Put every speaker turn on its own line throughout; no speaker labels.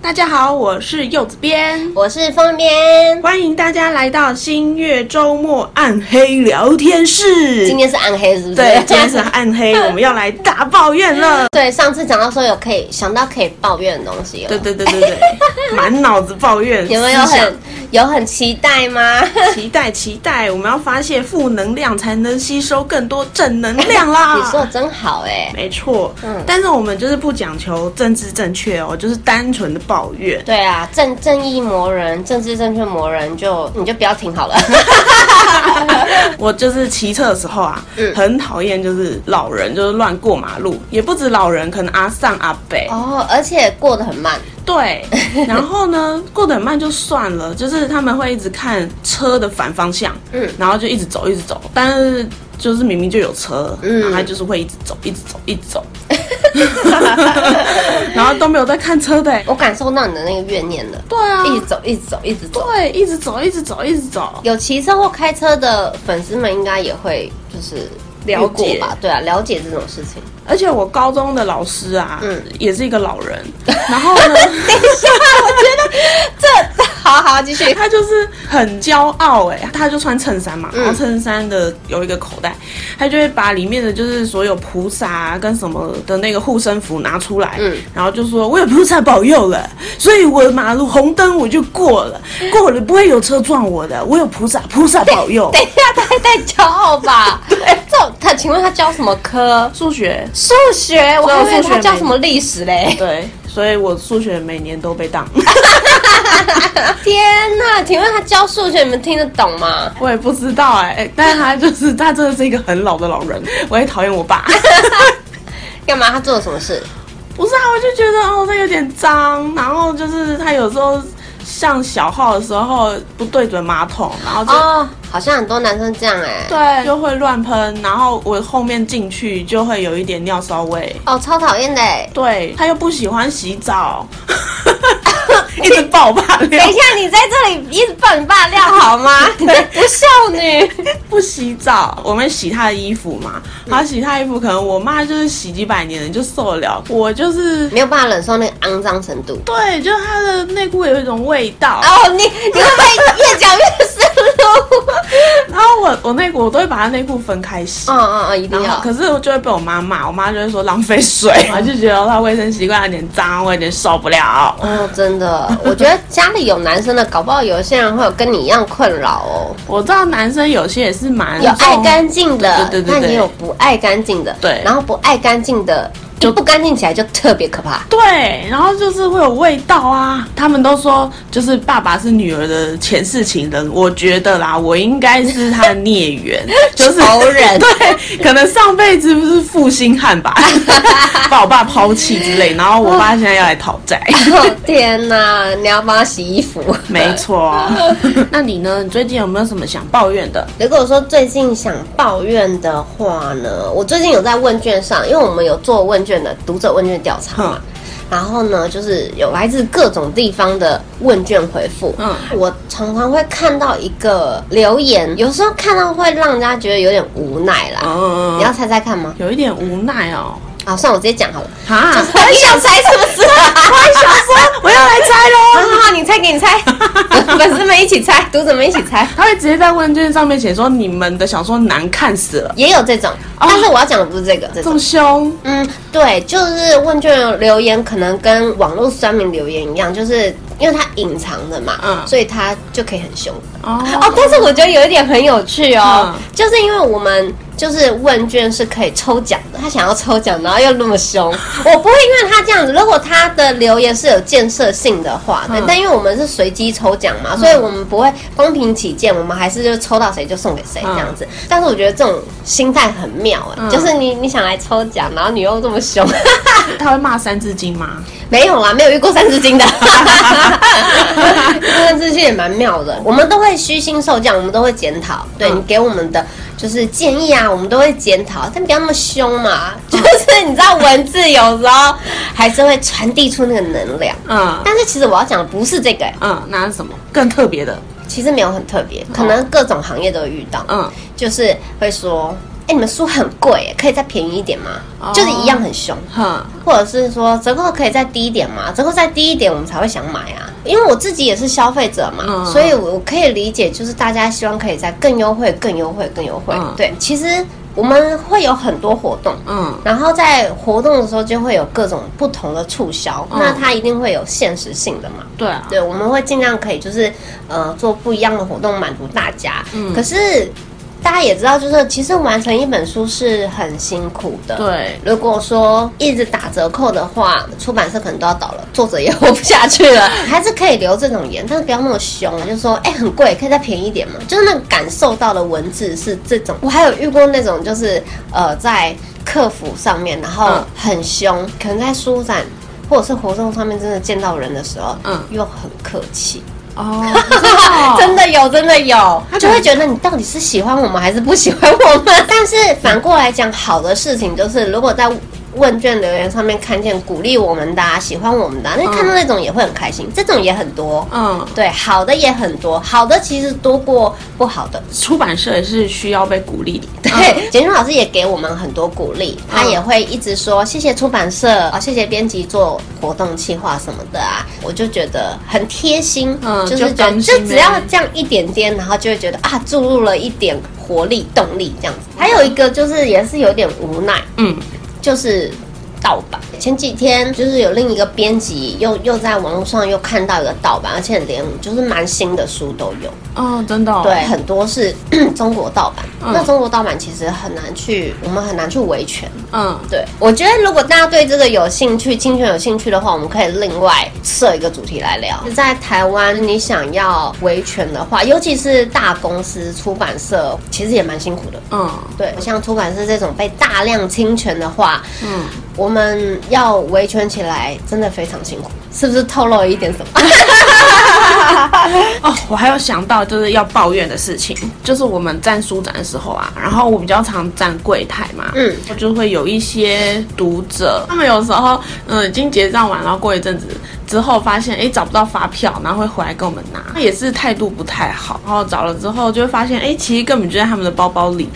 大家好，我是柚子编，
我是封边。
欢迎大家来到新月周末暗黑聊天室。
今天是暗黑，是不是？
对，今天是暗黑，我们要来大抱怨了。
对，上次讲到说有可以想到可以抱怨的东西了，哦
对对对对对，满脑子抱怨，
有没有
思想
很有很期待吗？
期待期待？我们要发泄负能量，才能吸收更多正能量啦。
你说的真好哎、
没错，
嗯
但是我们就是不讲求政治正确哦，就是单纯的抱怨。
对啊，正正义魔人，政治正确魔人就，你就不要听好了。
我就是骑车的时候啊，
嗯
很讨厌就是老人就是乱过马路，也不止老人，可能阿上阿北，
哦， 而且过得很慢，
对。然后呢，过得很慢就算了，就是他们会一直看车的反方向，
嗯
然后就一直走，一直走，但是。就是明明就有车，
嗯
然后他就是会一直走，一直走，一直 走， 然后都没有在看车的、欸。
我感受到你的那个怨念了。
对啊，
一直走，一直走，一直走。
对，一直走，一直走，一直走。
有骑车或开车的粉丝们应该也会就是
了解
遇过吧？对啊，了解这种事情。
而且我高中的老师啊，
嗯
也是一个老 人，然后呢，
这 好好继续。
他就是很骄傲哎、他就穿衬衫嘛，
嗯
然后衬衫的有一个口袋，他就会把里面的就是所有菩萨、啊、跟什么的那个护身符拿出来，
嗯
然后就说我有菩萨保佑了，所以我马路红灯我就过了，过了不会有车撞我的，我有菩萨，菩萨保佑。
等一下，他也太骄傲吧？ 对，这种他请问他教什么 科？
数学
数学，我还以为
数学
他
没
教什么历史嘞。
对，所以我数学每年都被当，
天哪，请问他教数学，你们听得懂吗？
我也不知道哎、哎但是他就是他真的是一个很老的老人，我也讨厌我爸。
干嘛？他做了什么事？
不是啊，我就觉得哦，它有点脏，然后就是它有时候上小号的时候不对准马桶，然后就、
哦，好像很多男生这样哎、
对就会乱喷，然后我后面进去就会有一点尿骚味。
哦，超讨厌的哎、
对，他又不喜欢洗澡，一直爆吧，
等一下，你在这里一直爆你爸 料好吗？你这 不孝女。
不洗澡，我们洗他的衣服嘛，他洗他衣服，可能我妈就是洗几百年的就受得了，我就是
没有办法忍受那个肮脏程度。
对，就是他的内裤有一种味道，
哦，你 你会不会越讲越深 入？
然后我我内裤我都会把他内裤分开洗。
嗯嗯嗯，一定
然
要
后。可是我就会被我妈骂，我妈就会说浪费水， 我就觉得她卫生习惯有点脏，我有点受不了。
哦，真的，我觉得家里有男生的，搞不好有些人会有跟你一样困扰哦。
我知道男生有些也是蛮
有爱
重
干净的，
嗯对对对对
但也有不爱干净的。
对
然后不爱干净的，一不干净起来就特别可怕。
对，然后就是会有味道啊。他们都说就是爸爸是女儿的前世情人，我觉得啦，我应该是他的孽 缘，就是
仇人
对，可能上辈子不是负心汉吧， 把我爸抛弃之类，然后我爸现在要来讨债。
哦天哪，你要帮他洗衣服？
没 错，那你呢？你最近有没有什么想抱怨的？
如果说最近想抱怨的话呢，我最近有在问卷上，因为我们有做问卷的读者问卷调查嘛，然后呢，就是有来自各种地方的问卷回复。
嗯
嗯，我常常会看到一个留言，有时候看到会让人家觉得有点无奈啦。
嗯
你要猜猜看吗？
有一点无奈哦。
好，算了我直接讲好了。
哈，
就是你啊想猜是不 是啊？我还想说，
我要来猜
好
喽！
好好，你猜给你 猜，粉丝们一起猜，读者们一起猜。
他会直接在问卷上面写说你们的小说难看死了，
也有这种，但是我要讲的不是这个，这
这
种
么凶，
嗯，对，就是问卷留言可能跟网络酸民留言一样，就是因为它隐藏的嘛，
嗯
所以它就可以很凶。
哦
哦，但是我觉得有一点很有趣哦，
嗯
就是因为我们就是问卷是可以抽奖的，他想要抽奖，然后又那么凶， 我不会因为他这样子。如果他的留言是有建设性的话，对
嗯
但因为我们是随机抽奖嘛，所以我们不会公平起见，我们还是就抽到谁就送给谁这样子。但是我觉得这种心态很妙哎、
嗯
就是你你想来抽奖，然后你又这么凶，
他会骂三字经吗？
没有啊啦，没有遇过三 字经的，三字经也蛮妙的。我们都会虚心受教，我们都会检讨。对、
嗯
你给我们的就是建议啊，我们都会检讨，但不要那么凶嘛。 就是你知道，文字有时候还是会传递出那个能量。
嗯
但是其实我要讲的不是这个、欸，
嗯，那是什么更特别的？
其实没有很特别，可能各种行业都会遇到。
嗯
就是会说哎，你们书很贵耶，可以再便宜一点吗？
哦
就是一样很凶，
哼，
或者是说折扣可以再低一点吗？折扣再低一点，我们才会想买啊。因为我自己也是消费者嘛，
嗯
所以我可以理解，就是大家希望可以再更优惠、更优惠、更优惠。
嗯
对，其实我们会有很多活动，
嗯
然后在活动的时候就会有各种不同的促销，
嗯
那它一定会有限时性的嘛。
对啊，
对，我们会尽量可以就是呃做不一样的活动，满足大家。
嗯
可是大家也知道，就是其实完成一本书是很辛苦的。。
对，
如果说一直打折扣的话，出版社可能都要倒了，作者也活不下去了。还是可以留这种言，但是不要那么凶，就说哎、很贵，可以再便宜一点嘛。就是那个感受到的文字是这种，我还有遇过那种就是呃在客服上面，然后
嗯
很凶，可能在书展。或者是活动上面真的见到人的时候，嗯
嗯，
又很客气，
哦，
真的有，真的有，
他可能
就会觉得你到底是喜欢我们还是不喜欢我们。但是反过来讲，好的事情就是，如果在问卷留言上面看见鼓励我们的、啊、喜欢我们的、啊，那看到那种也会很开心，这种也很多。
嗯，
对，好的也很多，好的其实多过不好的。
出版社也是需要被鼓励的，
对，简讯老师也给我们很多鼓励，他
嗯
也会一直说谢谢出版社啊，谢谢编辑做活动企划什么的啊，我就觉得很贴心，
嗯
就是
就
觉得
甘
就
心
只要
欸
这样一点点，然后就会觉得啊，注入了一点活力动力这样子。还有一个就是也是有点无奈，
嗯
就是盗版。前几天就是有另一个编辑又又在网络上又看到一个盗版，而且连就是蛮新的书都有。
嗯，真的、哦，
对，，很多是 中国盗版。
嗯
那中国盗版其实很难去，我们很难去维权。
嗯，
对，我觉得如果大家对这个有兴趣，侵权有兴趣的话，我们可以另外设一个主题来聊。在台湾，你想要维权的话，尤其是大公司出版社，其实也蛮辛苦的。
嗯
对，像出版社这种被大量侵权的话，
嗯，
我们要维权起来真的非常辛苦，是不是透露了一点什么？
哦，我还有想到就是要抱怨的事情，就是我们站书展的时候啊，然后我比较常站柜台嘛，
嗯，
就会有一些读者，他们有时候嗯已经结账完，然后过一阵子之后发现哎找不到发票，然后会回来跟我们拿，也是态度不太好。然后找了之后就会发现哎其实根本就在他们的包包里，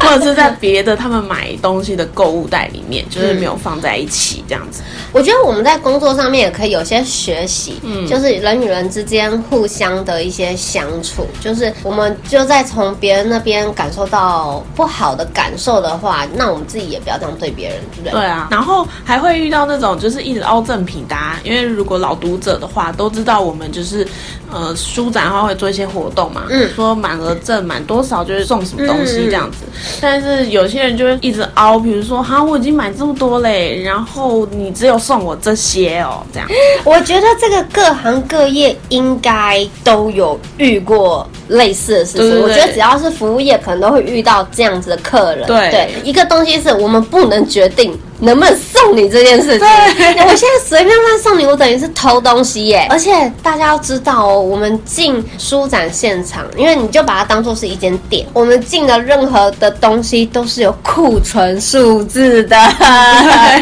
或者是在别的他们买东西的购物袋里面，就是没有放在一起这样子。
我觉得我们在工作上面也可以有些学习，
嗯
就是人与人之间互相的一些相处，就是我们就在从别人那边感受到不好的感受的话，那我们自己也不要这样对别人，对不对？
对啊，然后还会遇到那种就是一直凹正品的、啊，因为如果老读者的话都知道我们就是呃书展的话会做一些活动嘛，
嗯
说满额赠满多少就是送什么东西这样子，但是有些人就会一直凹，比如说哈我已经买这么多嘞，然后你只有送我这些哦，这样，
我觉得这个各行各业应该都有遇过类似的事情。
对对对
我觉得只要是服务业，可能都会遇到这样子的客人。
对
一个东西是我们不能决定能不能送你这件事情。
对
我现在随便乱送你，我等于是偷东西耶。而且大家要知道哦，我们进书展现场，因为你就把它当做是一间店，我们进的任何的东西都是有库存数字的。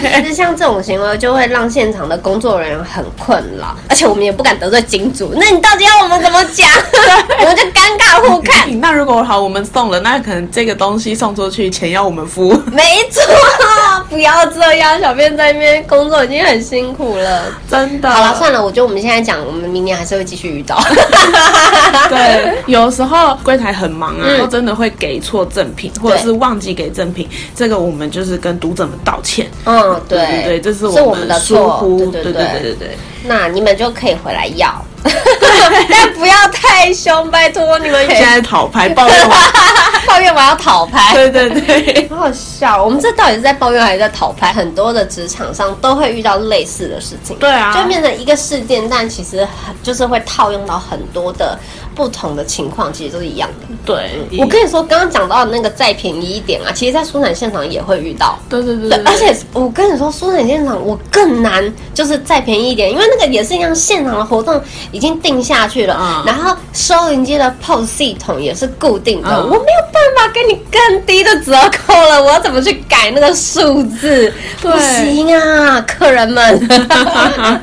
对
就是像这种行为，就会让现场的工作人员很困扰，而且我们也不敢得罪金主。那你到底要我们怎么讲？我们就尴尬互看。
那如果好我们送了，那可能这个东西送出去钱要我们付。
没错，不要这样，小编在那边工作已经很辛苦了。嗯
真的，
好了，算了，我觉得我们现在讲，我们明年还是会继续遇 到。
对，有时候柜台很忙啊，
嗯
然后真的会给错赠品，或者是忘记给赠品，这个我们就是跟读者们道歉。
嗯，对
对对，这是
是我
我
们
们
的
疏
错，
忽。
对对
对对对对
那你们就可以回来要， 但不要太凶，拜托你们
对，现在讨牌抱怨我。
抱怨我要讨牌。
对对对，
好好笑，我们这到底是在抱怨还是在讨拍？很多的职场上都会遇到类似的事情，
对啊
就变成一个事件，但其实很就是会套用到很多的不同的情况，其实都是一样的。
对，
我跟你说，刚刚讲到的那个再便宜一点啊，其实，在书展现场也会遇到。
对对对
对，
对，
而且我跟你说，书展现场我更难，就是再便宜一点，因为那个也是一样，现场的活动已经定下去了，
嗯
然后收银机的 POS 系统也是固定的，
嗯
我没有办法给你更低的折扣了，我要怎么去改那个数字？不
对
行啊，客人们。
啊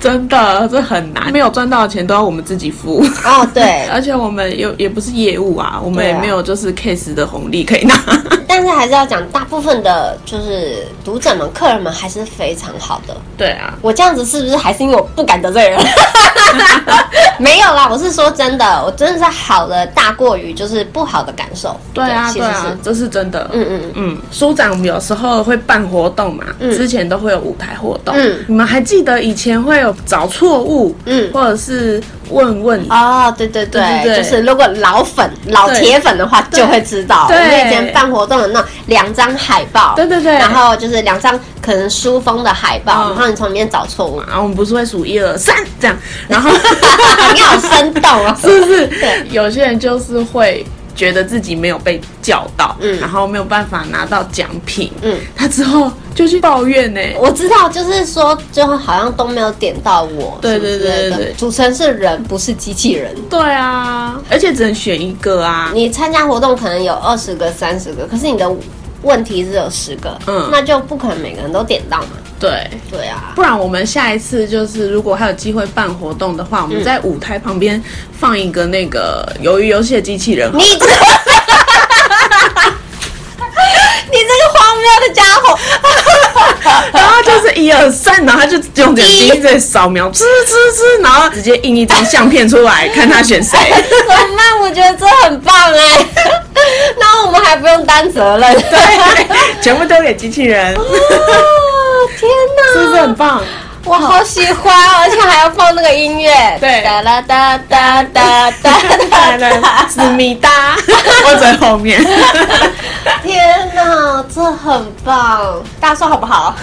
真的这很难，没有赚到的钱都要我们自己付。
哦，对，对
而且我们又也不是业务啊，我们
对
也
啊
没有就是 case 的红利可以拿。
但是还是要讲，大部分的就是读者们、客人们还是非常好的。
对啊，
我这样子是不是还是因为我不敢得罪人？ 没有啦，我是说真的，我真的是好的大过于就是不好的感受。
对啊，
其
对
实
啊
是，
这是真的。
嗯嗯嗯。
嗯，书展我们有时候会办活动嘛，之前都会有舞台活动。
嗯
你们还记得以前会有找错误，
嗯
或者是问问
哦，对对对，
对对对
就是如果老粉、老铁粉的话，
对
就会知道。
对
我们以前办活动的那种两张海报，
对对对
然后就是两张可能书封的海
嗯
报，然后你从里面找 错误，
啊，我们不是会数一二三这样，然后
你好生动哦。
是不是
对
有些人就是会觉得自己没有被叫到，
嗯
然后没有办法拿到奖品，
嗯，哦
他之后就去抱怨呢、
我知道，就是说，最后好像都没有点到我，
对
什么
对
之类
对
的
对对
主持人是人，不是机器人。
对啊，而且只能选一个啊。
你参加活动可能有二十个、三十个，可是你的问题只有十个，
嗯
那就不可能每个人都点到嘛。
对，
对啊，
不然我们下一次就是如果还有机会办活动的话，我们在舞台旁边放一个那个鱿鱼游戏的机器人。
你这，你这个荒谬的家伙，
然后就是一二三，然后他就用眼睛在扫描，吱吱吱，然后直接印一张相片出来，看他选谁。
怎么办？我觉得这很棒哎、那我们还不用担责任。对，
对，全部丢给机器人，
天哪，
是不是很棒？
我好喜欢，而且还要放那个音乐，
对
哒啦哒哒哒哒哒哒，
思密达，我在后面。
天哪，这很棒，大家说好不好？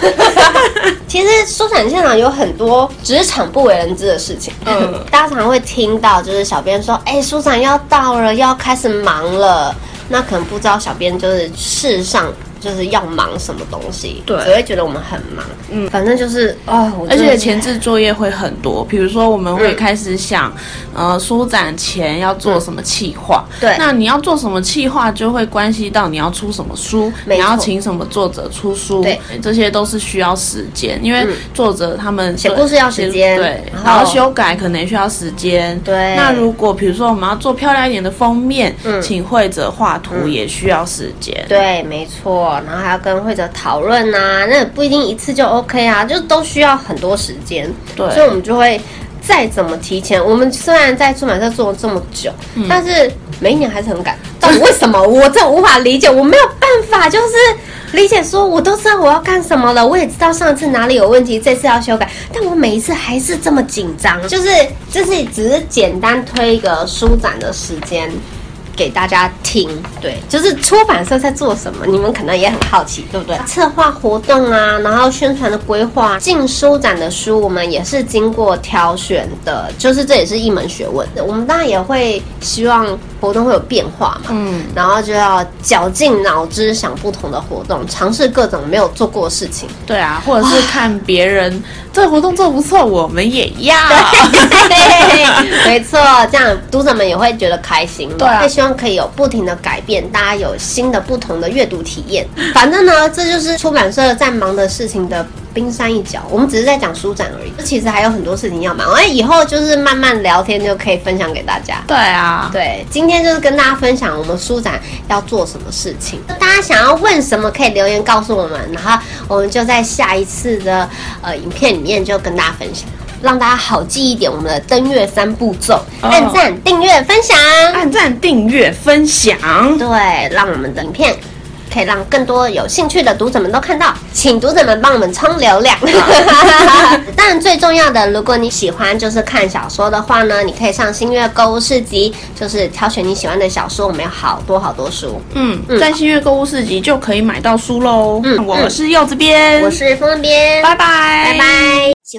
其实书展现场有很多职场不为人知的事情，嗯
嗯，
大家常会听到，就是小编说，哎、书展要到了，要开始忙了，那可能不知道小编就是事上。就是要忙什么东西，
对
只会觉得我们很忙，嗯，反正就是哦，我
而且
真的觉得
前置作业会很多，比如说我们会开始想，呃，书展前要做什么企划。
对
那你要做什么企划，就会关系到你要出什么书，
没
你
错
要请什么作者出书，
对，嗯
这些都是需要时间，因为作者他们
写
对
故事要时间
对，
然后
然后修改可能也需要时间。
对
那如果比如说我们要做漂亮一点的封面，
嗯
请绘者画图也需要时间。
对，没错，然后还要跟会者讨论呐，那也不一定一次就 OK 啊，就都需要很多时间，
对
所以我们就会再怎么提前，我们虽然在出版社做了这么久，但是每一年还是很赶，到底为什么？我真的无法理解，我没有办法，就是。理解说，我都知道我要干什么了，我也知道上次哪里有问题，这次要修改，但我每一次还是这么紧张，就是就是只是简单推一个舒展的时间，给大家听，对，就是出版社在做什么，你们可能也很好奇，对不对？策划活动啊，然后宣传的规划，进书展的书，我们也是经过挑选的，就是这也是一门学问。我们当然也会希望活动会有变化嘛，
嗯，
然后就要绞尽脑汁想不同的活动，尝试各种没有做过的事情。
对啊，或者是看别人
啊
这个活动做不错，我们也要。
对， 没错，这样读者们也会觉得开心嘛，
对啊
也希望可以有不停的改变，大家有新的不同的阅读体验。反正呢，这就是出版社在忙的事情的冰山一角，我们只是在讲书展而已，其实还有很多事情要忙。哎，以后就是慢慢聊天就可以分享给大家。
对啊，
对，今天就是跟大家分享我们书展要做什么事情。大家想要问什么，可以留言告诉我们，然后我们就在下一次的呃影片里面就跟大家分享，让大家好记一点我们的登月三步骤：
哦
按赞、订阅、分享。
按赞、订阅、分享，
对，让我们的影片可以让更多有兴趣的读者们都看到，请读者们帮我们冲流量。
啊
当然，最重要的，如果你喜欢就是看小说的话呢，你可以上新月购物市集，就是挑选你喜欢的小说，我们有好多好多书。
嗯，
嗯
在新月购物市集就可以买到书喽。
嗯
我
嗯
是柚子边，
我是风边，
拜拜，
拜
拜
拜。喜